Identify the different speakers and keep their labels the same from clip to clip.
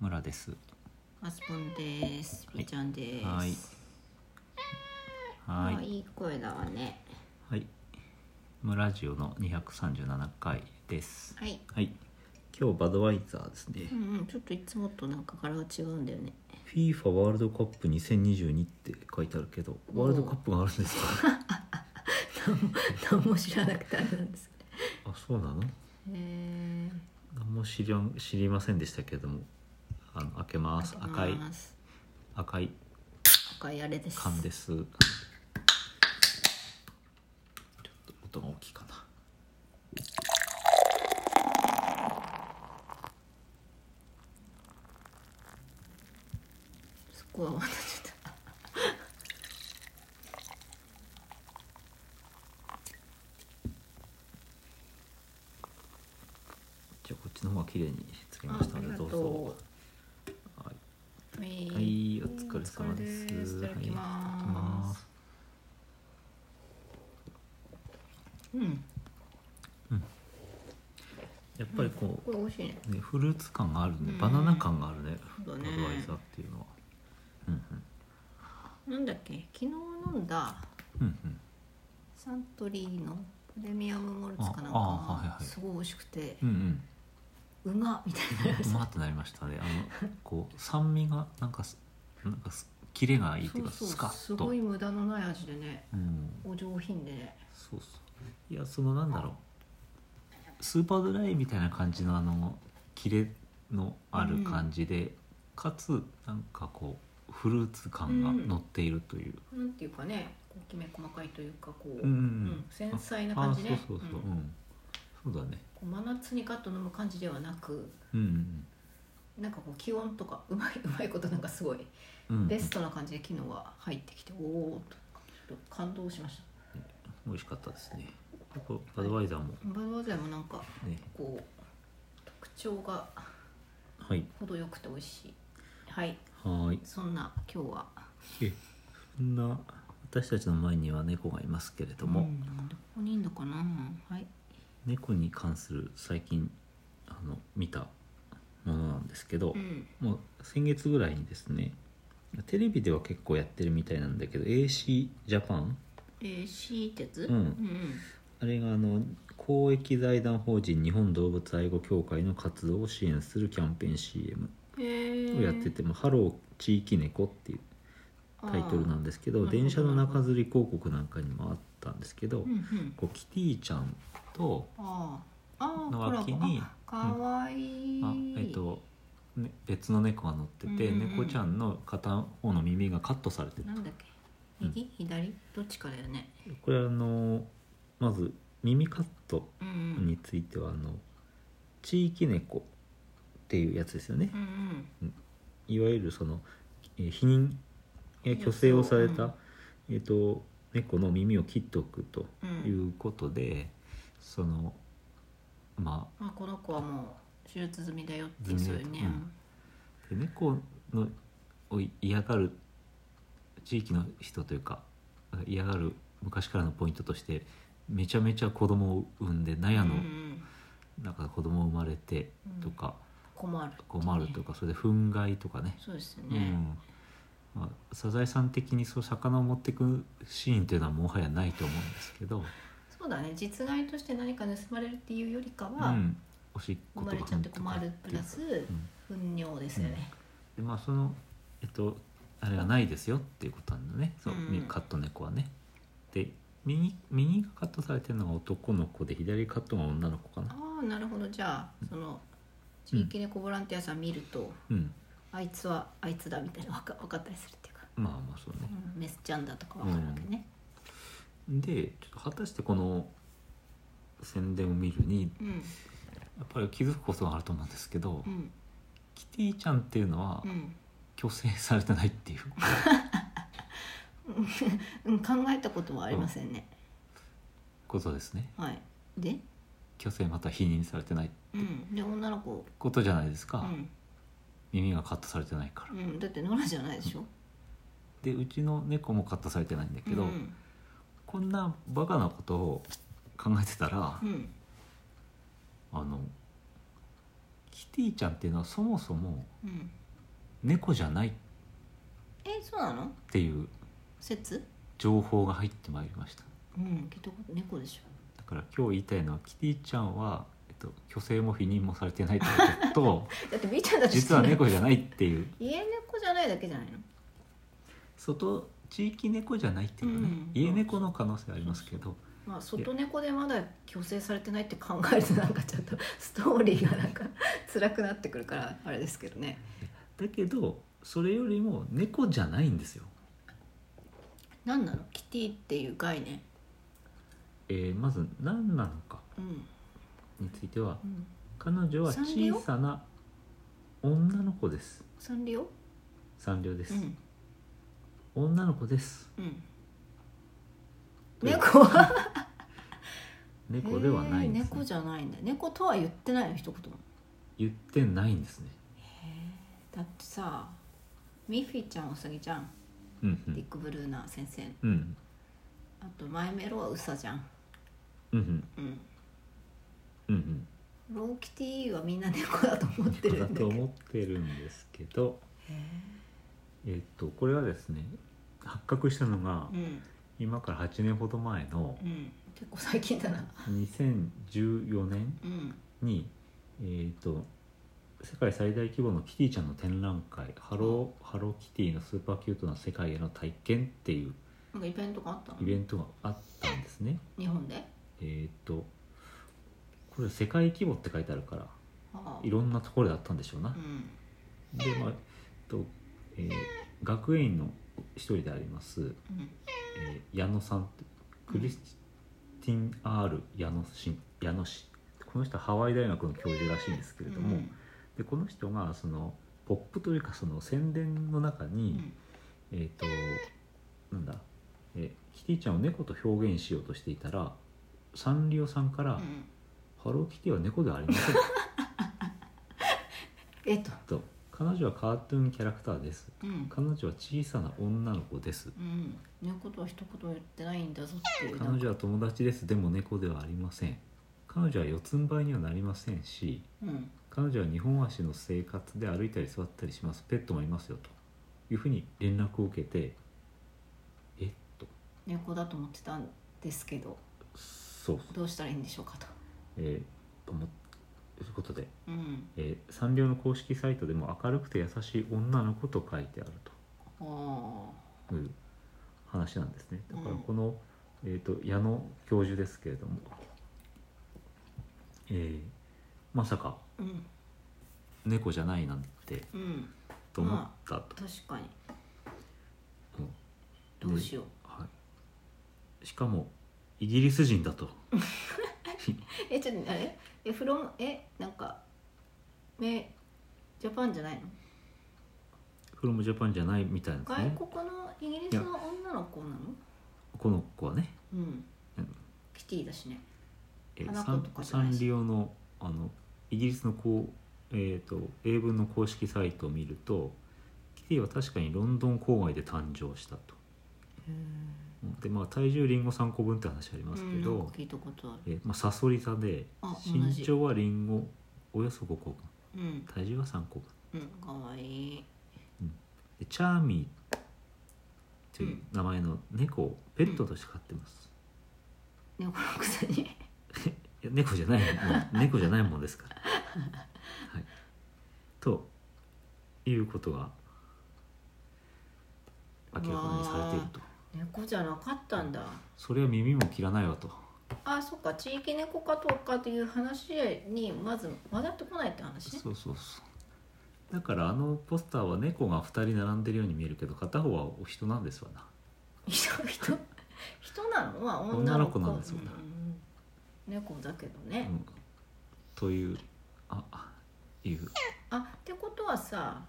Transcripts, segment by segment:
Speaker 1: 村です
Speaker 2: アスポンです。
Speaker 1: い
Speaker 2: みーちゃんです。
Speaker 1: はい
Speaker 2: あ
Speaker 1: はい
Speaker 2: い、い声だわね。
Speaker 1: はい村ジオの237回です
Speaker 2: はい。
Speaker 1: はい今日バドワイザーですね、
Speaker 2: うんうん、ちょっといつもとなんか柄が違うんだよね。
Speaker 1: FIFA ワールドカップ2022って書いてあるけど
Speaker 2: おう
Speaker 1: ワールドカップがあるんですか
Speaker 2: 何も知らなくてあれなんです
Speaker 1: あそうなの
Speaker 2: けど。え
Speaker 1: 何も知りゃん知りませんでしたけどもあの開けま
Speaker 2: ー
Speaker 1: す赤い赤い
Speaker 2: 赤いあれです。
Speaker 1: 缶ですちょっと音が大きいかな
Speaker 2: すっごい泡立てた。
Speaker 1: じゃあこっちの方が綺麗につけましたの
Speaker 2: ああり
Speaker 1: で
Speaker 2: が
Speaker 1: ど
Speaker 2: と
Speaker 1: う
Speaker 2: う
Speaker 1: ぞはい
Speaker 2: はい
Speaker 1: はい、お疲れ様です。
Speaker 2: お疲れですいただき
Speaker 1: は
Speaker 2: ま
Speaker 1: い
Speaker 2: す。うん、
Speaker 1: やっぱりこ
Speaker 2: これ美味しいね。
Speaker 1: う、ね、フルーツ感があるね
Speaker 2: う、ん
Speaker 1: バナナ感があるね。
Speaker 2: そ
Speaker 1: バ
Speaker 2: う
Speaker 1: ド
Speaker 2: だ
Speaker 1: ワ
Speaker 2: ね
Speaker 1: イザーっていうのは。うん
Speaker 2: なんだっけ、昨日飲んだ
Speaker 1: うん、うんうん、
Speaker 2: サントリーのプレミアムモルツかなん
Speaker 1: ああはい
Speaker 2: か
Speaker 1: はい
Speaker 2: がすごい美味しくて
Speaker 1: う、んうん。
Speaker 2: うまっみたいな。
Speaker 1: うまってなりましたね。あの、こう、酸味が、なんかす、なんかす、キレがいいっていうか、
Speaker 2: そう
Speaker 1: ス
Speaker 2: そ
Speaker 1: カ
Speaker 2: うす
Speaker 1: ッと。
Speaker 2: ご
Speaker 1: う
Speaker 2: い無駄のない味でね
Speaker 1: ん、
Speaker 2: お上品でね
Speaker 1: そうそう。いや、そのなんだろう。スーパードライみたいな感じの、あの、キレのある感じで。かつ、なんかこう、フルーツ感が乗っているという。
Speaker 2: なんていうかねこうきめ細かいというかこう、
Speaker 1: うんうん
Speaker 2: 繊細な感じね
Speaker 1: あそうそうそう、
Speaker 2: う
Speaker 1: うんん、そうだね。
Speaker 2: こう真夏にガッと飲む感じではなく
Speaker 1: うん
Speaker 2: なんかこう気温とかうまいう まいことなんかすごい
Speaker 1: うんうん。
Speaker 2: ベストな感じで機能が入ってきておおとちょっと感動しました
Speaker 1: 美味しかったですね。やっぱバドワイザーも
Speaker 2: バドワザイもなんか
Speaker 1: ね、
Speaker 2: こう特徴が
Speaker 1: はい、
Speaker 2: 程よくて美味しいはい
Speaker 1: はーい。
Speaker 2: そんな今日は
Speaker 1: え、そんな私たちの前には猫がいますけれども、
Speaker 2: うんどこにいんのかなはい
Speaker 1: 猫に関する最近あの見たものなんですけど、
Speaker 2: うん
Speaker 1: もう先月ぐらいにですね、テレビでは結構やってるみたいなんだけど、AC ジャパン
Speaker 2: えー、シーテツ
Speaker 1: うん
Speaker 2: うん
Speaker 1: あれがあの公益財団法人日本動物愛護協会の活動を支援するキャンペーン CM
Speaker 2: へー
Speaker 1: をやってて、まあハロー地域猫」っていうタイトルなんですけど
Speaker 2: あー
Speaker 1: 電車の中吊り広告なんかにもあったんですけど、
Speaker 2: うんうん
Speaker 1: こうキティちゃんと
Speaker 2: あーあ
Speaker 1: の脇に
Speaker 2: コラボあかわいい、
Speaker 1: あ、えっとね、別の猫が乗ってて、
Speaker 2: うんうんうん
Speaker 1: 猫ちゃんの片方の耳がカットされてる
Speaker 2: なんだっけ右、左どっちかだよね
Speaker 1: これあのまず耳カット
Speaker 2: うんうん
Speaker 1: についてはあの地域猫っていうやつですよね
Speaker 2: う。ん
Speaker 1: いわゆるそのえー避妊や虚勢をされた、えー、と猫の耳を切っておくと
Speaker 2: うんう
Speaker 1: い
Speaker 2: ん
Speaker 1: うことで、そのま
Speaker 2: まあこの子はもう手術済みだよっていう
Speaker 1: 済
Speaker 2: そう
Speaker 1: みだ
Speaker 2: いうね、
Speaker 1: うんあで猫のを嫌がる地域の人というか嫌がる昔からのポイントとしてめちゃめちゃ子供を産んで納
Speaker 2: う
Speaker 1: 屋
Speaker 2: んう
Speaker 1: の
Speaker 2: ん、
Speaker 1: 中で子供生まれてとか
Speaker 2: 困る
Speaker 1: 困るとかそれで憤慨とかね
Speaker 2: そうですよ
Speaker 1: う
Speaker 2: ね、
Speaker 1: んまあ、サザエさん的にそう魚を持ってくシーンというのはもはやないと思うんですけど、
Speaker 2: そうだね実害として何か盗まれるっていうよりか
Speaker 1: う
Speaker 2: は、
Speaker 1: ん、おしっこ
Speaker 2: 生ま
Speaker 1: と
Speaker 2: れち
Speaker 1: か
Speaker 2: ゃって困るプラス
Speaker 1: うん
Speaker 2: 糞尿ですよね、
Speaker 1: でまあそのえっとあれがないですよっていうことなんだねそう、
Speaker 2: うん
Speaker 1: ミカット猫はね。で右右がカットされてるのが男の子で左カットが女の子かな。
Speaker 2: ああなるほどじゃあその地域猫ボランティアさん見ると、
Speaker 1: うん
Speaker 2: あいつはあいつだみたいなわか分かったりするっていうか、
Speaker 1: まあまあそうね。
Speaker 2: うん、メスちゃんだとか分かるわけね、
Speaker 1: でちょっと果たしてこの宣伝を見るに
Speaker 2: うん
Speaker 1: やっぱり気づくことがあると思うんですけど、
Speaker 2: うん
Speaker 1: キティちゃんっていうのは
Speaker 2: うん
Speaker 1: 虚勢されてないっていう。
Speaker 2: うん、考えたことはありませんね、
Speaker 1: ことですね
Speaker 2: はいで,、
Speaker 1: 虚勢または否認されてない
Speaker 2: うん、で女の子、
Speaker 1: ことじゃないです
Speaker 2: う
Speaker 1: か、
Speaker 2: ん
Speaker 1: 耳がカットされてないから
Speaker 2: うん、だって野良じゃないでしょ
Speaker 1: でうちの猫もカットされてないんだけど、
Speaker 2: うん
Speaker 1: こんなバカなことを考えてたら、
Speaker 2: うん、
Speaker 1: あのキティちゃんっていうのはそもそも
Speaker 2: うん
Speaker 1: 猫じゃないっ
Speaker 2: えそうなの
Speaker 1: ていう
Speaker 2: 説
Speaker 1: 情報が入ってまいりました
Speaker 2: うんきっと猫でしょ
Speaker 1: だから今日言いたいのはキティちゃんは、えっと、虚勢も否認もされてないってことと
Speaker 2: だってみーちゃんだって
Speaker 1: 実は猫じゃ
Speaker 2: ない
Speaker 1: ないっていう
Speaker 2: 家猫じゃないだけじゃないの
Speaker 1: 外地域猫じゃないっていうかね、
Speaker 2: うん
Speaker 1: 家猫の可能性ありますけど
Speaker 2: まあ外猫でまだ強制されてないって考えるとなんかちょっと ストーリーがなんか辛くなってくるからあれですけどね
Speaker 1: だけどそれよりも猫じゃないんですよ、
Speaker 2: 何なのキティっていう概念
Speaker 1: えーまず何なのか
Speaker 2: うん、
Speaker 1: については
Speaker 2: うん、
Speaker 1: 彼女は
Speaker 2: サンリオ
Speaker 1: 小さな女の子です
Speaker 2: サンリオ
Speaker 1: サンリオです、
Speaker 2: うん
Speaker 1: 女の子です
Speaker 2: うん
Speaker 1: という
Speaker 2: 猫は
Speaker 1: 猫ではないんで
Speaker 2: へー
Speaker 1: す、ね
Speaker 2: 猫じゃないんだ猫とは言ってないの一言も
Speaker 1: 言ってないんですね
Speaker 2: だってさミッフィーちゃんウサギちゃん
Speaker 1: うんう
Speaker 2: ディッ
Speaker 1: ん
Speaker 2: ク・ブルーナー先生
Speaker 1: うん
Speaker 2: あとマイメロはウサじゃん
Speaker 1: うんうん
Speaker 2: うん
Speaker 1: うんうん
Speaker 2: ローキティはみんな猫だと思ってるんだ
Speaker 1: だ
Speaker 2: け
Speaker 1: と
Speaker 2: ど
Speaker 1: 思ってるんですけど
Speaker 2: へ
Speaker 1: えっとこれはですね発覚したのが
Speaker 2: ーうん
Speaker 1: 今から8年ほど前の
Speaker 2: うん結構最近だな
Speaker 1: 2014年
Speaker 2: うん
Speaker 1: にえっと世界最大規模のキティちゃんの展覧会「ハローハローキティのスーパーキュートな世界への体験」っていう
Speaker 2: なんかイベントがあったの
Speaker 1: イベントがあったんですね。
Speaker 2: 日本で
Speaker 1: えっとこれ世界規模って書いてあるから
Speaker 2: ああ
Speaker 1: いろんなところであったんでしょうな
Speaker 2: う。ん
Speaker 1: で、まあえっとえー学園の一人であります、
Speaker 2: うん
Speaker 1: えー矢野さんってクリスティン・ R ・矢野氏矢野氏この人はハワイ大学の教授らしいんですけれども、
Speaker 2: うん
Speaker 1: でこの人がそのポップというかその宣伝の中
Speaker 2: う
Speaker 1: に、
Speaker 2: ん
Speaker 1: えっ、となんだ、えーキティちゃんを猫と表現しようとしていたらサンリオさんから「
Speaker 2: うん
Speaker 1: ハローキティは猫ではありません」
Speaker 2: えっと
Speaker 1: と 「彼女はカートゥーンキャラクターです」
Speaker 2: うん
Speaker 1: 彼女は小さな女の子です
Speaker 2: うん猫とは一言も言ってないんだぞっていう
Speaker 1: 彼女は友達ですでも猫ではありません彼女は四つん這いにはなりませんし
Speaker 2: うん
Speaker 1: 彼女は日本足の生活で歩いたり座ったりしますペットもいますよというふうに連絡を受けてえっと
Speaker 2: 猫だと思ってたんですけど
Speaker 1: そう、
Speaker 2: どうしたらいいんでしょうかと
Speaker 1: えーと思っということで、
Speaker 2: うん
Speaker 1: えーサンリオの公式サイトでも明るくて優しい女の子と書いてあると
Speaker 2: ああ
Speaker 1: いう話なんですねだから
Speaker 2: うん
Speaker 1: この、えー、と矢野教授ですけれども、えーまさか
Speaker 2: うん
Speaker 1: 猫じゃないなんて
Speaker 2: うん
Speaker 1: と思ったと、
Speaker 2: 確かに
Speaker 1: うん
Speaker 2: どうしよう
Speaker 1: はい、しかもイギリス人だと
Speaker 2: えちょっとあれえフロムえなんかめジャパンじゃないの
Speaker 1: フロムジャパンじゃないみたいなんです
Speaker 2: 外
Speaker 1: ね
Speaker 2: 国のイギリスの女の子なの
Speaker 1: この子はね
Speaker 2: うん
Speaker 1: うん
Speaker 2: キティだしね
Speaker 1: えー
Speaker 2: 花子
Speaker 1: サン
Speaker 2: とかじゃ
Speaker 1: サ
Speaker 2: ないし
Speaker 1: ンリオのあのイギリスのこう、えー、と英文の公式サイトを見るとキティは確かにロンドン郊外で誕生したと。うんでまあ体重リンゴ3個分って話ありますけ
Speaker 2: うんなん
Speaker 1: ど
Speaker 2: か、聞いたことある
Speaker 1: えーまあ、サソリ座で
Speaker 2: あ同じ
Speaker 1: 身長はリンゴおよそ5個分
Speaker 2: うん
Speaker 1: 体重は3個分
Speaker 2: うんかわいい
Speaker 1: でチャーミーという名前の猫をペットとして飼ってます、
Speaker 2: 猫のくせに
Speaker 1: いや猫じゃないもん猫じゃないもんですから、はい、ということが明らかにされていると
Speaker 2: 猫じゃなかったんだ
Speaker 1: それは耳も切らないわと
Speaker 2: あそっか地域猫かどうかという話にまず混ざってこないって話ね
Speaker 1: そうそうそうだからあのポスターは猫が2人並んでるように見えるけど片方はお人なんですわな
Speaker 2: 人人人なのは
Speaker 1: 女の子なんですよね
Speaker 2: うん猫だけどね、
Speaker 1: うんというああいう
Speaker 2: あってことはさ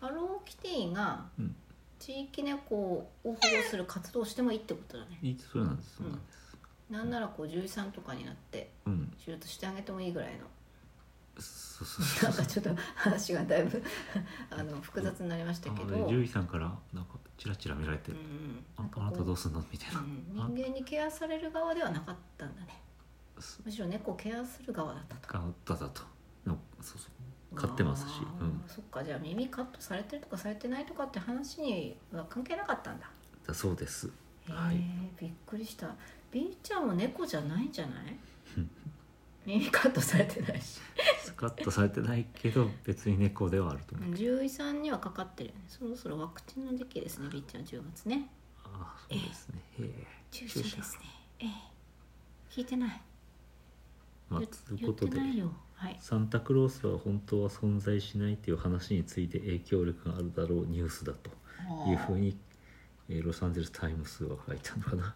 Speaker 2: ハローキティが
Speaker 1: うん
Speaker 2: 地域猫を保護する活動をしてもいいってことだね
Speaker 1: いいそうなんですそうなんです
Speaker 2: なんならこう獣医さんとかになって
Speaker 1: うん
Speaker 2: 手術してあげてもいいぐらいの
Speaker 1: そうそうそう
Speaker 2: なんかちょっと話がだいぶあの複雑になりました
Speaker 1: あ
Speaker 2: けど、う
Speaker 1: の
Speaker 2: ん
Speaker 1: ね獣医さんからなんかチラチラ見られて、
Speaker 2: うん、
Speaker 1: あ
Speaker 2: んか
Speaker 1: あなた
Speaker 2: こう
Speaker 1: どうすんのみたいな、
Speaker 2: うん人間にケアされる側ではなかったんだね
Speaker 1: す
Speaker 2: むしろ猫をケアする側だったと
Speaker 1: がだだとのそうそう買ってますし
Speaker 2: あー
Speaker 1: うん
Speaker 2: そっかじゃあ耳カットされてるとかされてないとかって話には関係なかったんだ
Speaker 1: だそうです
Speaker 2: へえ、
Speaker 1: はい
Speaker 2: びっくりした B ちゃんは猫じゃない んじゃない耳カットされてないし
Speaker 1: スカッとされてないけど別に猫ではあると 思う
Speaker 2: 獣医さんにはかかってるよねそろそろワクチンの時期ですね B ちゃん10月ね
Speaker 1: ああそうですねへえ
Speaker 2: 注射ですねええ聞いてない
Speaker 1: まあ
Speaker 2: 言
Speaker 1: という
Speaker 2: 言
Speaker 1: こ
Speaker 2: って
Speaker 1: とで
Speaker 2: ないよはい
Speaker 1: サンタクロースは本当は存在しないという話について影響力があるだろうニュースだというふうに、えーロサンゼルス・タイムスは書いたのかな。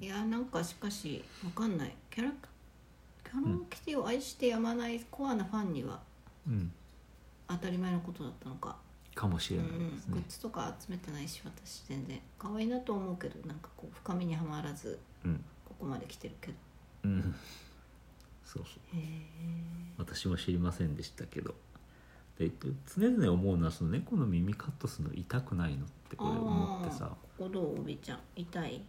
Speaker 2: いやなんかしかしわかんないキャラクキャロンキティを愛してやまないコアなファンには
Speaker 1: うん、
Speaker 2: 当たり前のことだったのか、
Speaker 1: かもし
Speaker 2: う
Speaker 1: れ
Speaker 2: ん
Speaker 1: ない
Speaker 2: うん
Speaker 1: です
Speaker 2: グ
Speaker 1: ね
Speaker 2: ッ。ズとか集めてないし私全然可愛いなと思うけどなんかこう深みにはまらず
Speaker 1: うん、
Speaker 2: ここまで来てるけど
Speaker 1: うん、そうそう
Speaker 2: へえ
Speaker 1: 私も知りませんでしたけど。で常々思うのはその猫の耳カットするの痛くないのってこれ思ってさ
Speaker 2: ここどうおびちゃん痛い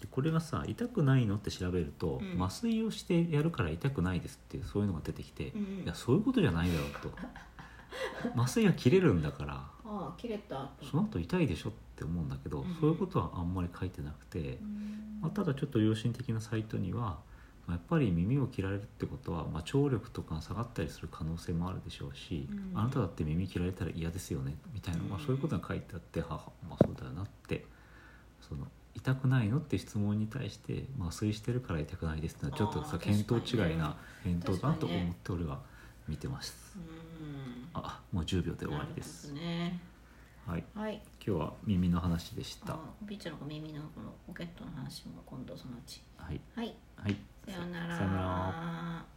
Speaker 1: でこれがさ痛くないのって調べると、
Speaker 2: うん
Speaker 1: 麻酔をしてやるから痛くないですっていうそういうのが出てきて、
Speaker 2: うんうん
Speaker 1: いやそういうことじ ゃないだろうと麻酔は切れるんだから
Speaker 2: ああ切れた
Speaker 1: その後痛いでしょって思うんだけど、
Speaker 2: うんうん
Speaker 1: そういうことはあんまり書いてなくて
Speaker 2: う、ん
Speaker 1: まあ、ただちょっと良心的なサイトには、まあやっぱり耳を切られるってことは、まあ、聴力とかが下がったりする可能性もあるでしょうし、
Speaker 2: うん
Speaker 1: あなただって耳切られたら嫌ですよねみたいな、まあ、
Speaker 2: うん
Speaker 1: そういうことが書いてあって、ははまあそうだよなってその痛くないのって質問に対して麻酔してるから痛くないですってのはちょっと
Speaker 2: あ
Speaker 1: さ
Speaker 2: ー
Speaker 1: 見当
Speaker 2: 確かにね
Speaker 1: 違いな返答だなと
Speaker 2: 確かにね
Speaker 1: 思って俺は見てます。
Speaker 2: うん
Speaker 1: あもう10秒で終わりです。
Speaker 2: なるほどね
Speaker 1: はい
Speaker 2: はい
Speaker 1: 今日は耳の話でした。
Speaker 2: あおびちゃんの耳のこのポケットの話も今度そのうち
Speaker 1: はい、
Speaker 2: はい
Speaker 1: はい、
Speaker 2: さようなら。
Speaker 1: さようなら